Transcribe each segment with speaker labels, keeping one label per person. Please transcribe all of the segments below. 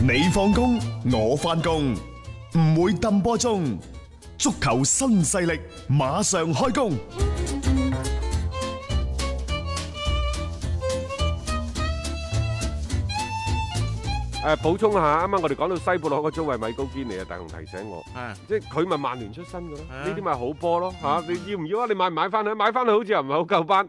Speaker 1: 你放工，我翻工，唔會抌波鐘。足球新勢力馬上開工。
Speaker 2: 誒補充下，啱啱我哋講到西布朗個中衞米高堅尼啊，大雄提醒我，
Speaker 3: 啊，
Speaker 2: 即係佢咪曼聯出身嘅咯，
Speaker 3: 啊
Speaker 2: 呢啲咪好波咯嚇、你要唔要啊？你買唔買翻去？買翻去好似又唔係好夠 班，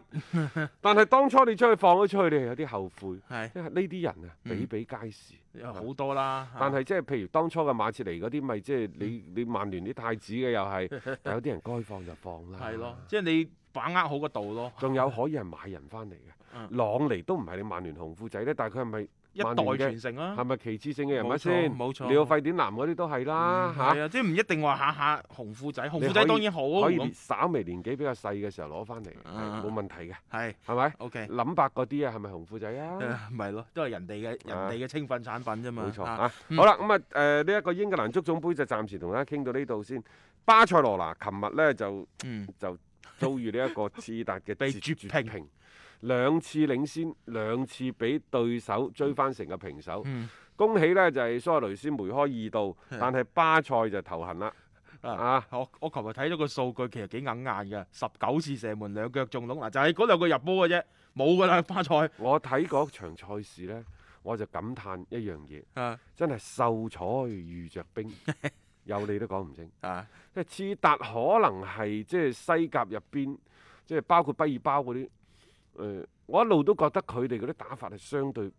Speaker 2: 但係當初你將佢放咗出去，你係有啲後悔。
Speaker 3: 係
Speaker 2: 即係呢啲人啊，
Speaker 3: 嗯
Speaker 2: 比比皆是。
Speaker 3: 有好多啦。
Speaker 2: 但係即係譬如當初嘅馬切尼嗰啲，咪即係你
Speaker 3: 嗯
Speaker 2: 你曼聯啲太子嘅又 係，但有啲人該放就放啦。
Speaker 3: 係咯，即係你把握好個度咯，
Speaker 2: 仲有可以係買人翻嚟嘅，
Speaker 3: 嗯
Speaker 2: 朗尼都唔係你曼聯紅褲仔咧，但係佢係咪
Speaker 3: 一
Speaker 2: 曼
Speaker 3: 代
Speaker 2: 聯嘅
Speaker 3: 傳承
Speaker 2: 係
Speaker 3: 啊。
Speaker 2: 咪旗幟性嘅人物
Speaker 3: 冇錯
Speaker 2: 先？
Speaker 3: 冇錯
Speaker 2: 你要費典南嗰啲都係啦嚇。
Speaker 3: 係啊，即係唔一定話下下紅褲仔，紅
Speaker 2: 你
Speaker 3: 褲仔
Speaker 2: 可以
Speaker 3: 當然好啊
Speaker 2: 可以年
Speaker 3: 咁。
Speaker 2: 稍微年紀比較細嘅時候攞翻嚟，係
Speaker 3: 啊
Speaker 2: 冇問題嘅，
Speaker 3: 係
Speaker 2: 係咪？
Speaker 3: ，OK，
Speaker 2: 諗白嗰啲啊，係咪紅褲仔啊？
Speaker 3: 誒咪咯，都係人哋嘅人
Speaker 2: 啊
Speaker 3: 哋嘅青訓產品啫嘛。
Speaker 2: 冇錯
Speaker 3: 啊
Speaker 2: 啊！
Speaker 3: 嗯
Speaker 2: 好啦，咁啊誒呢一個英格蘭足總杯就暫時同大家傾到呢度先。巴塞羅那琴日呢就
Speaker 3: 嗯，
Speaker 2: 就遭遇呢一個刺達嘅
Speaker 3: 被
Speaker 2: 絕
Speaker 3: 絕
Speaker 2: 絕
Speaker 3: 平
Speaker 2: 平，兩次領先，兩次俾對手追翻成個平手。
Speaker 3: 嗯
Speaker 2: 恭喜呢就係蘇亞雷斯梅開二度，但係巴塞就頭痕啦
Speaker 3: 啊
Speaker 2: 啊！
Speaker 3: 我我琴日睇咗個數據，其實幾硬硬嘅，十九次射門兩腳中籠，嗱就係嗰兩個入波嘅啫，冇㗎啦巴塞。
Speaker 2: 我睇嗰場賽事呢，我就感嘆一樣嘢。
Speaker 3: 啊
Speaker 2: 真係秀才遇着兵，有你都講唔清。
Speaker 3: 啊，
Speaker 2: 即係刺達可能係即係西甲入邊，即係包括畢爾包嗰啲。誒、呃我一路都覺得佢哋嗰啲打法係相對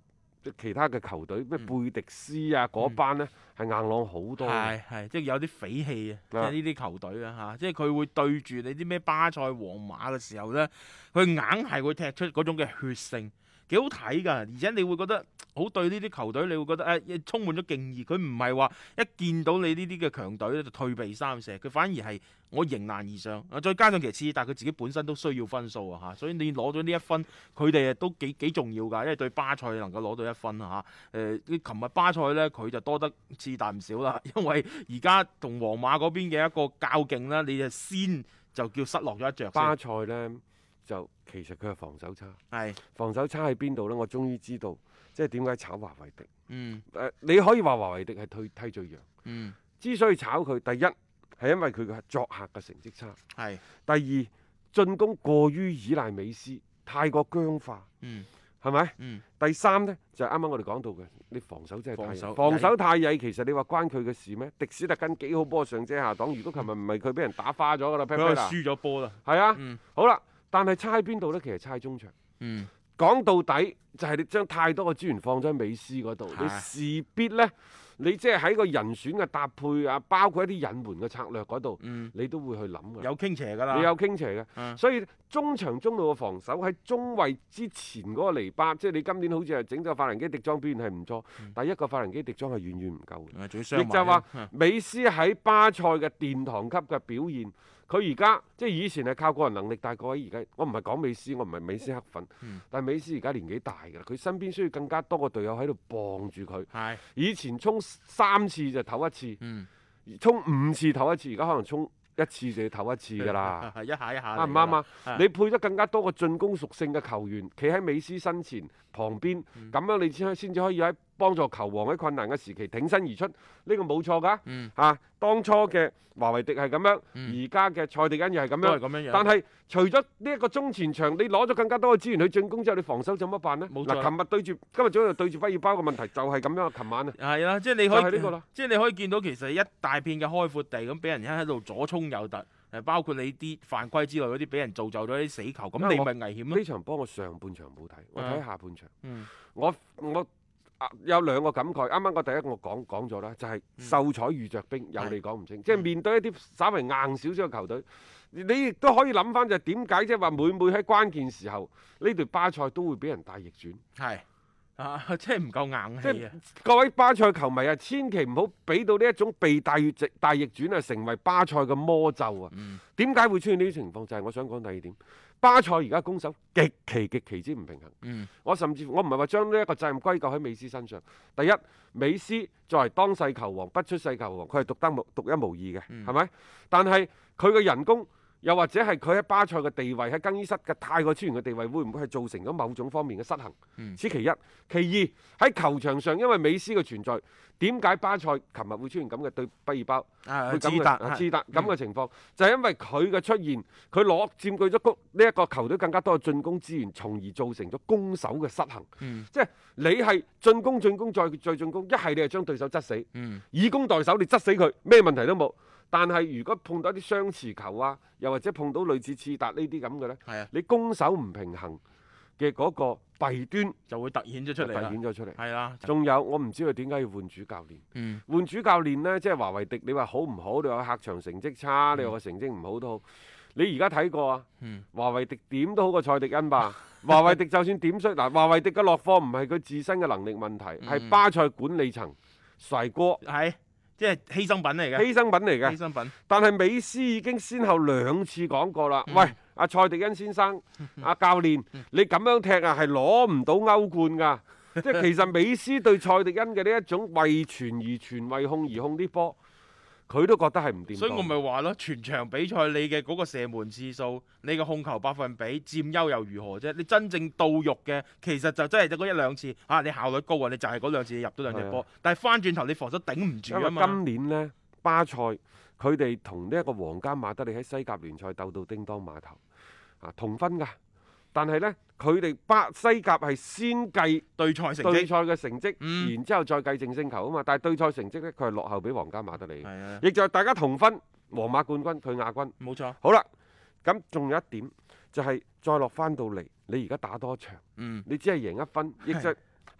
Speaker 2: 即係其他嘅球隊，咩
Speaker 3: 嗯
Speaker 2: 貝迪斯啊嗰班呢，係硬朗好多嘅。
Speaker 3: 係係，即係有啲匪氣啊！即
Speaker 2: 啊
Speaker 3: 係呢啲球隊啊嚇，即係佢會對住你啲咩巴塞、皇馬嘅時候咧，佢硬係會踢出嗰種嘅血性，幾好睇㗎。而且你會覺得好對呢啲球隊，你會覺得誒、充滿咗敬意。佢唔係話一見到你呢啲嘅強隊咧就退避三舍，佢反而係我迎難而上。啊再加上其次，但係佢自己本身都需要分數啊嚇，所以你攞咗呢一分，佢哋都幾幾重要㗎，因為對巴塞能夠攞到一分啊嚇。誒、你琴日巴塞咧佢就多得次但唔少啦， 因為而家同皇馬嗰邊嘅一個較勁啦，你就先就叫失落咗一着
Speaker 2: 巴
Speaker 3: 先，
Speaker 2: 塞呢，就其實佢係防守差，
Speaker 3: 係
Speaker 2: 防守差喺邊度呢？我終於知道，即係點解炒華為迪。
Speaker 3: 嗯
Speaker 2: 誒、你可以話華為迪係退替罪羊。
Speaker 3: 嗯
Speaker 2: 之所以炒佢，第一係因為佢嘅作客嘅成績差。
Speaker 3: 係
Speaker 2: 第二，進攻過於依賴美斯，太過僵化，
Speaker 3: 嗯
Speaker 2: 係咪？
Speaker 3: 嗯
Speaker 2: 第三呢，就係啱啱我哋講到嘅，你防守真係太
Speaker 3: 防
Speaker 2: 曳
Speaker 3: 守
Speaker 2: 防守太曳，其實你話關佢嘅事咩？迪斯特根幾好波上遮下擋，如果琴日唔係佢俾人打花咗㗎啦，
Speaker 3: 佢
Speaker 2: Pep
Speaker 3: 又
Speaker 2: Pep
Speaker 3: 輸咗波啦，
Speaker 2: 係啊，
Speaker 3: 嗯
Speaker 2: 好啦，但係差喺邊度呢？其實差喺中場。
Speaker 3: 嗯
Speaker 2: 講到底就係、你將太多嘅資源放咗喺美斯嗰度，你
Speaker 3: 係
Speaker 2: 事必呢，你即係喺個人選嘅搭配啊，包括一啲隱瞞嘅策略嗰度，
Speaker 3: 嗯
Speaker 2: 你都會去諗㗎。
Speaker 3: 有傾斜㗎啦，
Speaker 2: 你有傾斜嘅，
Speaker 3: 嗯
Speaker 2: 所以中場中路嘅防守喺中衞之前嗰個籬笆，即係你今年好似係整咗法蘭基迪莊表現係唔錯，但係一個法蘭基迪莊係遠遠唔夠嘅。
Speaker 3: 誒仲要
Speaker 2: 亦
Speaker 3: 雙
Speaker 2: 就係
Speaker 3: 話
Speaker 2: 話，美斯喺巴塞嘅殿堂級嘅表現，佢而家即係以前係靠個人能力，但係各位而家我唔係講美斯，我唔係美斯黑粉，
Speaker 3: 嗯
Speaker 2: 但係美斯而家年紀大㗎啦，佢身邊需要更加多個隊友喺度傍住佢。
Speaker 3: 係
Speaker 2: 以前衝三次就唞一次，
Speaker 3: 嗯
Speaker 2: 衝五次唞一次，而家可能衝一次就要唞一次㗎啦。
Speaker 3: 啊係一下一下
Speaker 2: 啊啱唔
Speaker 3: 嚟㗎
Speaker 2: 啱
Speaker 3: 啦
Speaker 2: 啊？你配咗更加多個進攻屬性嘅球員，企喺美斯身前旁邊，
Speaker 3: 嗯
Speaker 2: 咁樣你先先至可以喺幫助球王喺困難嘅時期挺身而出，呢、個冇錯㗎。
Speaker 3: 嗯
Speaker 2: 嚇、當初嘅華為迪係咁樣，
Speaker 3: 嗯
Speaker 2: 而家嘅蔡迪恩又係咁
Speaker 3: 都
Speaker 2: 樣。
Speaker 3: 係咁樣樣，
Speaker 2: 但係除咗呢一個中前場，你攞咗更加多嘅資源去進攻之後，你防守怎麼辦呢？
Speaker 3: 冇錯
Speaker 2: 嗱，琴日對住今日早上對住輝爾包嘅問題就係咁樣啊。琴晚啊，
Speaker 3: 係啦，即係你
Speaker 2: 就
Speaker 3: 可
Speaker 2: 係
Speaker 3: 以嗯
Speaker 2: 呢個啦。
Speaker 3: 即係你可以見到其實一大片嘅開闊地咁，俾人喺度左衝右突，誒包括你啲犯規之類嗰啲，俾人造就咗啲死球，咁啊
Speaker 2: 因為
Speaker 3: 你
Speaker 2: 我
Speaker 3: 咪危險咯
Speaker 2: 呢。場波我上半場冇睇，我睇
Speaker 3: 嗯
Speaker 2: 下半場。
Speaker 3: 嗯
Speaker 2: 我我啊有兩個感慨，啱啱我第一個我講講咗啦，就係、秀才遇着兵，有你講唔清，即係面對一啲稍微硬少少嘅球隊，你亦都可以諗翻就係點解即係話每每喺關鍵時候呢隊巴塞都會俾人大逆轉，
Speaker 3: 係 啊，即係唔夠硬
Speaker 2: 即
Speaker 3: 氣
Speaker 2: 係
Speaker 3: 啊！
Speaker 2: 各位巴塞球迷啊，千祈唔好俾到呢一種被大逆大逆轉啊成為巴塞嘅魔咒啊！
Speaker 3: 嗯
Speaker 2: 點解會出現呢啲情況？就係、我想講第二點，巴塞而家攻守極其極其之唔平衡。
Speaker 3: 嗯
Speaker 2: 我甚至乎我唔係話將呢一個責任歸咎喺美斯身上。第一，美斯作為當世球王，不出世球王，佢係獨得無獨一無二嘅，
Speaker 3: 嗯
Speaker 2: 係咪、但係佢嘅人工又或者係佢喺巴塞嘅地位，喺更衣室嘅太過超然嘅地位，會唔會係造成咗某種方面嘅失衡？
Speaker 3: 嗯
Speaker 2: 此其一。其二喺球場上，因為美斯嘅存在，點解巴塞琴日會出現咁嘅對畢爾包？
Speaker 3: 啊，
Speaker 2: 會咁
Speaker 3: 知
Speaker 2: 嘅
Speaker 3: 達
Speaker 2: 啊
Speaker 3: 係嗯
Speaker 2: 知達咁嘅情況，就係因為佢嘅出現，佢攞佔據咗谷呢一個球隊更加多嘅進攻資源，從而造成咗攻守嘅失衡。
Speaker 3: 嗯
Speaker 2: 即係你係進攻進攻再再進攻，一係你係將對手窒死，
Speaker 3: 嗯
Speaker 2: 以攻代守，你窒死佢咩問題都冇。但係如果碰到一啲雙持球啊，又或者碰到類似刺達呢啲咁嘅呢，
Speaker 3: 係啊，
Speaker 2: 你攻守唔平衡嘅嗰個弊端
Speaker 3: 就會突顯咗出
Speaker 2: 就
Speaker 3: 嚟
Speaker 2: 凸
Speaker 3: 啦
Speaker 2: 顯，咗出嚟。
Speaker 3: 係啦，
Speaker 2: 仲有我唔知佢點解要換主教練。
Speaker 3: 嗯
Speaker 2: 換主教練呢，即係華為迪，你話好唔好？你話客場成績差，你話個成績唔好都好。你而家睇過啊？
Speaker 3: 嗯
Speaker 2: 華為迪點都好過蔡迪恩吧？ 華為迪就算點衰，嗱，華為迪嘅落課唔係佢自身嘅能力問題，係、
Speaker 3: 嗯
Speaker 2: 巴塞管理層甩鍋
Speaker 3: 係，即係犧牲品嚟嘅，
Speaker 2: 犧牲品嚟
Speaker 3: 犧
Speaker 2: 嘅。
Speaker 3: 牲品，
Speaker 2: 但係美斯已經先後兩次講過啦，
Speaker 3: 嗯
Speaker 2: 喂，阿蔡迪恩先生，阿教練，你咁樣踢啊，係攞唔到歐冠 㗎。即係其實美斯對蔡迪恩嘅呢一種為傳而傳、為控而控啲波，佢都覺得係唔掂當。
Speaker 3: 所以我咪話咯，全場比賽你嘅嗰個射門次數，你嘅控球百分比佔優又如何啫？你真正到肉嘅，其實就真係得嗰一兩次啊！你效率高啊，你就係嗰兩次你入到兩隻
Speaker 2: 係啊
Speaker 3: 波，但係翻轉頭你防守頂唔住
Speaker 2: 因
Speaker 3: 啊
Speaker 2: 為
Speaker 3: 嘛，
Speaker 2: 今年呢，巴塞佢哋同呢一個皇家馬德里喺西甲聯賽鬥到叮當馬頭啊，同分㗎。但係呢，佢哋巴西甲係先計
Speaker 3: 對賽成
Speaker 2: 對
Speaker 3: 績
Speaker 2: 賽嘅成績，
Speaker 3: 嗯
Speaker 2: 然之後再計正勝球啊嘛。但係對賽成績呢，佢係落後俾皇家馬德里嘅，
Speaker 3: 係啊，
Speaker 2: 亦就係大家同分，皇馬冠軍，佢亞軍。
Speaker 3: 冇錯，
Speaker 2: 好啦，咁仲有一點就係、再落翻到嚟，你而家打多場，
Speaker 3: 嗯，
Speaker 2: 你只係贏一分，亦
Speaker 3: 係
Speaker 2: 就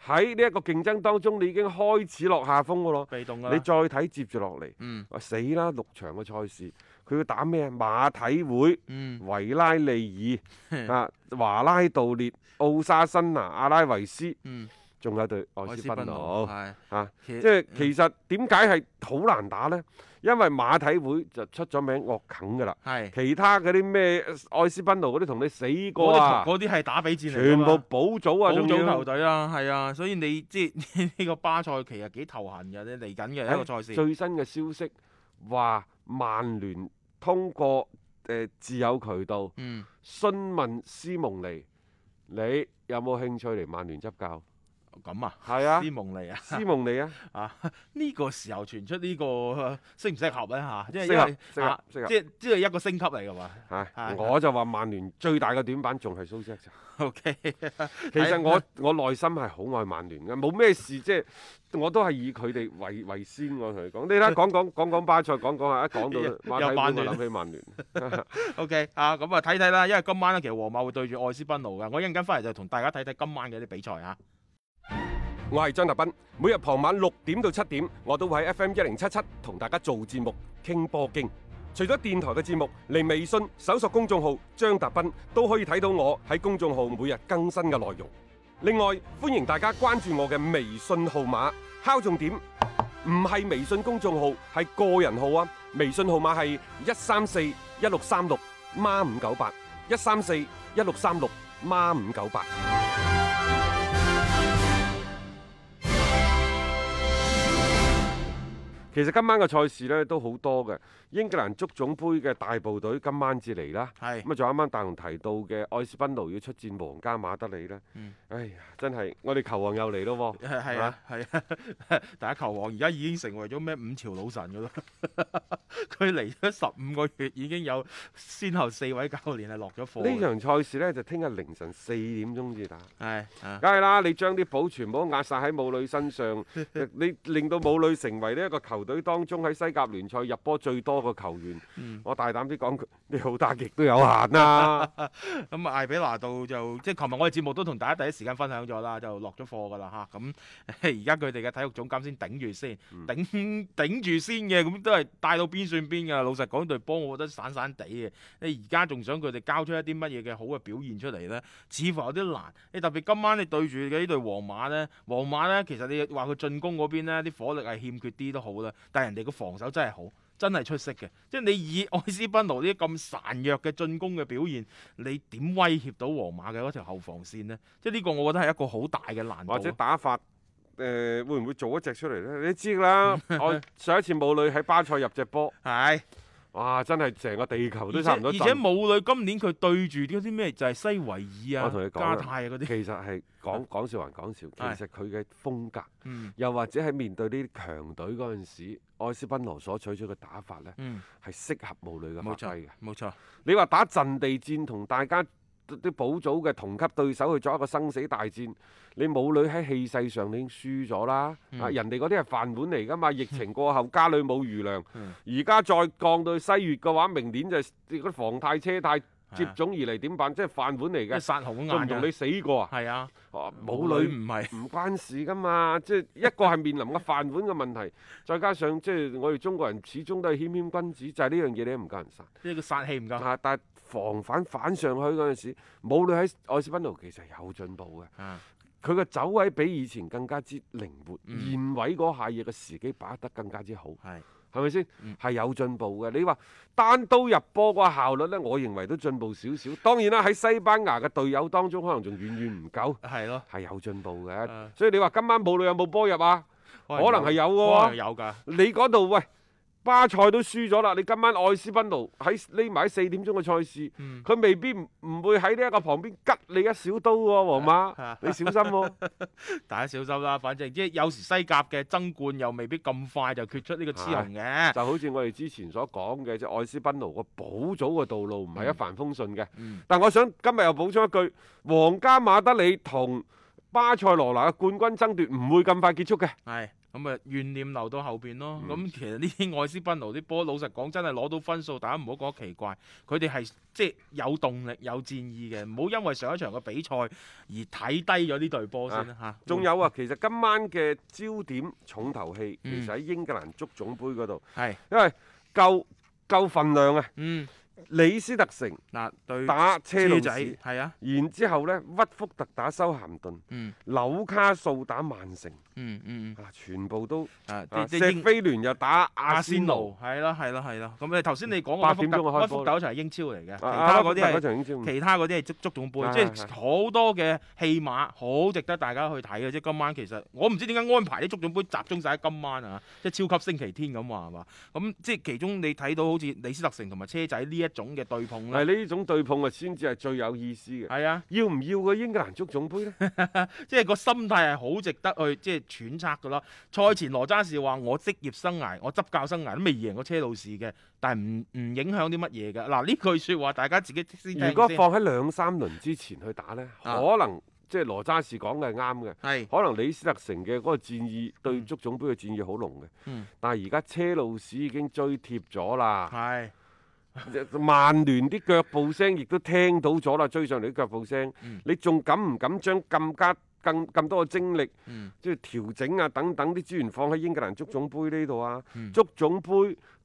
Speaker 2: 喺呢一個競爭當中，你已經開始落下風㗎咯。
Speaker 3: 被動啊，
Speaker 2: 你再睇接住落嚟，
Speaker 3: 嗯
Speaker 2: 話死啦！六場嘅賽事，佢要打咩啊？馬體會、
Speaker 3: 嗯
Speaker 2: 維拉利 爾、啊華拉道列、奧沙辛拿、阿拉維斯，
Speaker 3: 嗯，
Speaker 2: 仲有對愛
Speaker 3: 愛
Speaker 2: 斯
Speaker 3: 斯
Speaker 2: 賓
Speaker 3: 賓
Speaker 2: 奴
Speaker 3: 奴係嗯
Speaker 2: 啊！
Speaker 3: 其
Speaker 2: 即係其實點解係好難打呢？因為馬體會就出咗名惡啃 㗎啦，
Speaker 3: 係
Speaker 2: 其他嗰啲咩呃愛斯賓奴嗰啲同你死過
Speaker 3: 嗰啲
Speaker 2: 啊，
Speaker 3: 嗰啲係打比戰嚟㗎
Speaker 2: 全
Speaker 3: 嘛
Speaker 2: 部補組啊，
Speaker 3: 保
Speaker 2: 仲
Speaker 3: 組球
Speaker 2: 要。
Speaker 3: 隊啊，係啊，所以你即係 呢個巴塞其實幾頭痕嘅，你嚟緊嘅一個賽事，
Speaker 2: 最新嘅消息話，曼聯通過誒、呃自有渠道
Speaker 3: 嗯，
Speaker 2: 詢問斯蒙尼，你有冇興趣嚟曼聯執教？
Speaker 3: 咁啊，
Speaker 2: 係啊
Speaker 3: 斯，蒙尼啊，
Speaker 2: 斯蒙尼啊，
Speaker 3: 啊呢個時候傳出呢個 適唔適合咧嚇？因為
Speaker 2: 適合
Speaker 3: 因
Speaker 2: 適
Speaker 3: 為
Speaker 2: 合
Speaker 3: 啊即
Speaker 2: 適合
Speaker 3: 係即係一個升級嚟㗎嘛。
Speaker 2: 嚇
Speaker 3: 係！
Speaker 2: 我就話曼聯最大嘅短板仲係蘇斯克查
Speaker 3: OK，
Speaker 2: 其實
Speaker 3: 啊
Speaker 2: 我我內心係好愛曼聯嘅，冇咩事即係我都係以佢哋為為先。我同你講，你睇講講講講巴塞，講講下一講到
Speaker 3: 又
Speaker 2: 馬
Speaker 3: 又曼
Speaker 2: 體會，
Speaker 3: 聯
Speaker 2: 我諗起曼聯。
Speaker 3: OK 啊，咁啊睇睇啦，因為今晚咧其實皇馬會對住愛斯賓奴㗎，我一陣間翻嚟就同大家睇睇今晚嘅啲比賽啊嚇。
Speaker 2: 我係張達斌，每日傍晚六點到七點，我都會喺 FM 一零七七同大家做節目傾波經。除咗電台嘅節目，嚟微信搜索公眾號張達斌都可以睇到我喺公眾號每日更新嘅內容。另外，歡迎大家關注我嘅微信號碼，敲重點，唔係微信公眾號，係個人號啊！微信號碼係一三四一六三六孖五九八一三四一六三六孖五九八。其實今晚嘅賽事呢都好多嘅，英格蘭足總杯嘅大部隊今晚至嚟啦。
Speaker 3: 係
Speaker 2: 咁啊，仲有啱啱大雄提到嘅愛斯賓奴要出戰皇家馬德里呢。
Speaker 3: 嗯
Speaker 2: 哎呀，真係我哋球王又嚟咯喎！
Speaker 3: 係係啊係 啊！大家球王而家已經成為咗咩五朝老神噶啦， 佢嚟咗十五個月已經有先後四位教練係落咗課㗎。
Speaker 2: 呢場賽事呢，就聽日凌晨四點鐘至打。
Speaker 3: 係啊啊
Speaker 2: 梗係啦，你將啲寶全部都壓晒喺母女身 上，你令到母女成為呢一個球隊當中喺西甲聯賽入波最多嘅球員。
Speaker 3: 嗯
Speaker 2: 我大膽啲講，佢你好打極都有限啦、
Speaker 3: 咁啊艾比拿度就即係琴日我哋節目都同大家第一時間分享咗啦，就落咗課㗎啦吓，咁而家佢哋嘅體育總監先頂住先，
Speaker 2: 嗯
Speaker 3: 頂頂住先嘅，咁都係帶到邊算邊㗎。老實講，隊波我覺得散散地嘅。你而家仲想佢哋交出一啲乜嘢嘅好嘅表現出嚟呢？似乎有啲難。你特別今晚你對住嘅呢隊皇馬呢，皇馬呢其實你話佢進攻嗰邊呢啲火力係欠缺啲都好啦，但係人哋個防守真係好。真係出色嘅，即係你以愛斯賓奴呢啲咁孱弱嘅進攻嘅表現，你點威脅到皇馬嘅嗰條後防線呢？即係呢個我覺得係一個好大嘅難度啊。
Speaker 2: 或者打法誒、呃、 會唔會做一隻出嚟呢？你知㗎啦，我上一次母女喺巴塞入隻波，
Speaker 3: 係
Speaker 2: 哇！真係成個地球
Speaker 3: 而
Speaker 2: 都
Speaker 3: 且
Speaker 2: 差唔
Speaker 3: 而
Speaker 2: 多
Speaker 3: 且
Speaker 2: 震。
Speaker 3: 母女今年佢對住啲啲咩就係西維爾
Speaker 2: 我
Speaker 3: 啊
Speaker 2: 同你、講啊
Speaker 3: 加泰 啊嗰啲，
Speaker 2: 其實係講講笑還講笑，
Speaker 3: 係
Speaker 2: 其實佢嘅風格，
Speaker 3: 嗯
Speaker 2: 又或者喺面對呢啲強隊嗰陣時，愛斯賓奴所取取嘅打法呢，
Speaker 3: 嗯，
Speaker 2: 係適合母女嘅發
Speaker 3: 冇
Speaker 2: 揮
Speaker 3: 錯
Speaker 2: 嘅。
Speaker 3: 冇錯，
Speaker 2: 你話打陣地戰同大家啲保組嘅同級對手去作一個生死大戰，你母女喺氣勢上你已經輸咗啦。
Speaker 3: 嗯
Speaker 2: 啊，人哋嗰啲係飯碗嚟㗎嘛，疫情過後家裏冇餘糧，
Speaker 3: 嗯
Speaker 2: 而家再降到西月嘅話，明年就係嗰啲房貸車貸接踵而嚟點辦？即係飯碗嚟
Speaker 3: 嘅
Speaker 2: 嘅，
Speaker 3: 啊殺好眼
Speaker 2: 佢唔同你
Speaker 3: 㗎，
Speaker 2: 死過啊！
Speaker 3: 啊係啊，
Speaker 2: 啊母
Speaker 3: 母
Speaker 2: 女
Speaker 3: 女
Speaker 2: 唔
Speaker 3: 唔係
Speaker 2: 唔關事噶嘛， 即係一個係面臨嘅飯碗嘅問題，再加上即係我哋中國人始終都係謙謙君子，就係呢樣嘢你都唔夠人殺。
Speaker 3: 呢個殺氣唔夠，
Speaker 2: 啊！但係防反反上去嗰陣時，武磊喺愛斯賓奴其實有進步嘅，
Speaker 3: 啊
Speaker 2: 佢個走位比以前更加之靈活，
Speaker 3: 嗯
Speaker 2: 現位嗰下嘢嘅時機把握得更加之好，
Speaker 3: 係
Speaker 2: 係咪先
Speaker 3: 嗯？
Speaker 2: 係有進步嘅。你話單刀入波嗰個效率呢，我認為都進步少少。當然啦，喺西班牙嘅隊友當中，可能仲遠遠唔夠，
Speaker 3: 係咯，
Speaker 2: 係有進步嘅
Speaker 3: 啊。
Speaker 2: 所以你話今晚武磊有冇波入啊？
Speaker 3: 可
Speaker 2: 可能係有嘅喎
Speaker 3: 可能有㗎，
Speaker 2: 你嗰度喂巴塞都輸咗啦，你今晚愛斯賓奴喺匿埋喺四點鐘嘅賽事。
Speaker 3: 嗯。
Speaker 2: 佢未必唔唔會喺呢一個旁邊吉你一小刀喎，皇馬
Speaker 3: 啊，
Speaker 2: 你小心 喎。
Speaker 3: 大家小心啦，反正即係有時西甲嘅爭冠又未必咁快就決出呢個雌雄嘅。
Speaker 2: 就好似我哋之前所講嘅，即係愛斯賓奴個保組嘅道路唔係一帆風順嘅。
Speaker 3: 嗯
Speaker 2: 但我想今日又補充一句，皇家馬德里同巴塞羅那嘅冠軍爭奪唔會咁快結束嘅。
Speaker 3: 係咁啊，怨念留到後邊咯。
Speaker 2: 嗯
Speaker 3: 咁、其實呢啲愛斯賓奴啲波，老實講真係攞到分數，大家唔好覺得奇怪。佢哋係即係有動力、有戰意嘅，唔好因為上一場嘅比賽而睇低咗呢隊波先啦嚇。
Speaker 2: 仲有啊，其實今晚嘅焦點重頭戲，
Speaker 3: 嗯
Speaker 2: 其實喺英格蘭足總杯嗰度，
Speaker 3: 係
Speaker 2: 因為夠夠份量啊！
Speaker 3: 嗯
Speaker 2: 李斯特城
Speaker 3: 嗱對
Speaker 2: 打車路
Speaker 3: 仔
Speaker 2: 士，
Speaker 3: 係啊
Speaker 2: 然之後呢，屈福特打修咸頓。
Speaker 3: 嗯
Speaker 2: 紐卡素打曼城
Speaker 3: 嗯嗯
Speaker 2: 啊，全部都
Speaker 3: 嗯啊
Speaker 2: 啊，
Speaker 3: 啲啲
Speaker 2: 石
Speaker 3: 英。
Speaker 2: 飛聯又打
Speaker 3: 阿
Speaker 2: 阿
Speaker 3: 仙
Speaker 2: 仙奴，
Speaker 3: 奴係啦係啦係啦，咁你頭先你講
Speaker 2: 八
Speaker 3: 嘅屈
Speaker 2: 點鐘
Speaker 3: 福特
Speaker 2: 開波
Speaker 3: 屈福特嗰場係英超嚟嘅，其
Speaker 2: 啊啊
Speaker 3: 他嗰啲係
Speaker 2: 嗰場已經知
Speaker 3: 其他嗰啲係足足總杯，
Speaker 2: 係
Speaker 3: 即
Speaker 2: 係
Speaker 3: 係好多嘅戲碼，好值得大家去睇嘅。即係今晚其實我唔知點解安排啲足總杯集中晒喺今晚啊，即係超級星期天咁啊話係嘛？咁即係其中你睇到好似李斯特城同埋車仔呢一種嘅對碰咧，
Speaker 2: 係呢種對碰啊，先至係最有意思嘅。
Speaker 3: 係啊，
Speaker 2: 要唔要個英格蘭足總 杯呢？
Speaker 3: 即係個心態係好值得去即係揣測㗎啦。賽前羅渣士話：我職業生涯、我執教生涯都未贏過車路士嘅，但係唔唔影響啲乜嘢嘅。嗱呢句説話大家自己先聽
Speaker 2: 如果
Speaker 3: 先
Speaker 2: 放喺兩三輪之前去打呢，
Speaker 3: 啊
Speaker 2: 可能即係羅渣士講嘅係啱嘅。
Speaker 3: 係
Speaker 2: 可能李斯特城嘅嗰個戰意對足總杯嘅戰意好濃嘅，
Speaker 3: 嗯
Speaker 2: 但係而家車路士已經追貼咗啦，
Speaker 3: 係
Speaker 2: 曼聯啲腳步聲亦都聽到咗啦，追上嚟啲腳步聲，
Speaker 3: 嗯
Speaker 2: 你仲敢唔敢將咁加更咁多嘅精力，
Speaker 3: 嗯
Speaker 2: 即係調整啊等等啲資源放喺英格蘭足總杯呢度啊？
Speaker 3: 嗯
Speaker 2: 足總杯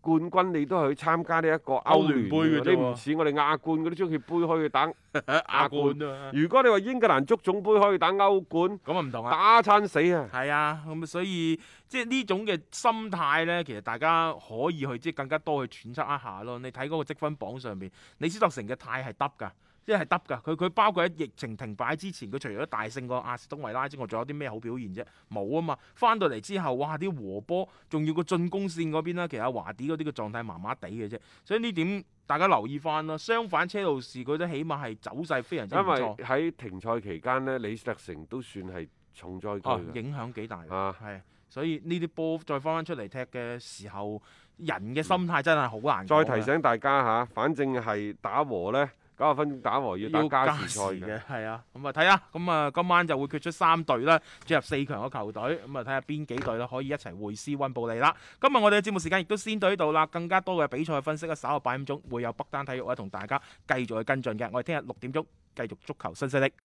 Speaker 2: 冠軍你都係去參加呢一個歐聯
Speaker 3: 歐聯杯嘅
Speaker 2: 嘅，
Speaker 3: 啫喎
Speaker 2: 你唔似我哋亞冠嗰啲足協杯可以打。 亞
Speaker 3: 亞
Speaker 2: 冠
Speaker 3: 冠啊。
Speaker 2: 如果你話英格蘭足總杯可以打歐冠，
Speaker 3: 咁啊唔同啊！
Speaker 2: 打餐死啊！
Speaker 3: 係啊，咁所以即係呢種嘅心態呢，其實大家可以去即係更加多去揣測一下咯。你睇嗰個積分榜上面，李斯特城嘅態係得㗎，即係得㗎。佢佢包括喺疫情停擺之前，佢除咗大勝過阿士東維拉之外，仲有啲咩好表現啫？冇啊嘛。翻到嚟之後，哇！啲和波，仲要個進攻線嗰邊呢，其實阿華迪嗰啲嘅狀態麻麻地嘅啫。所以呢點大家留意翻咯。相反，車路士佢都起碼係走勢非常之唔
Speaker 2: 因為
Speaker 3: 錯，
Speaker 2: 喺停賽期間呢，李斯特城都算係重災區
Speaker 3: 哦
Speaker 2: 嘅，
Speaker 3: 影響幾大㗎
Speaker 2: 啊
Speaker 3: 係，所以呢啲波再翻翻出嚟踢嘅時候，人嘅心態真係好難
Speaker 2: 嗯再
Speaker 3: 講嘅。
Speaker 2: 提醒大家嚇，反正係打和呢，九十分鐘打和要
Speaker 3: 要
Speaker 2: 打
Speaker 3: 加
Speaker 2: 加時
Speaker 3: 時
Speaker 2: 賽嘅。
Speaker 3: 嘅，係啊，咁啊睇下，咁啊今晚就會決出三隊啦，進入四強嘅球隊，咁啊睇下邊幾隊啦可以一齊會師温布利啦。今日我哋嘅節目時間亦都先到呢度啦，更加多嘅比賽分析啊，稍啊後八點鐘會有北單體育咧同大家繼續去跟進嘅，我哋聽日六點鐘繼續足球新勢力。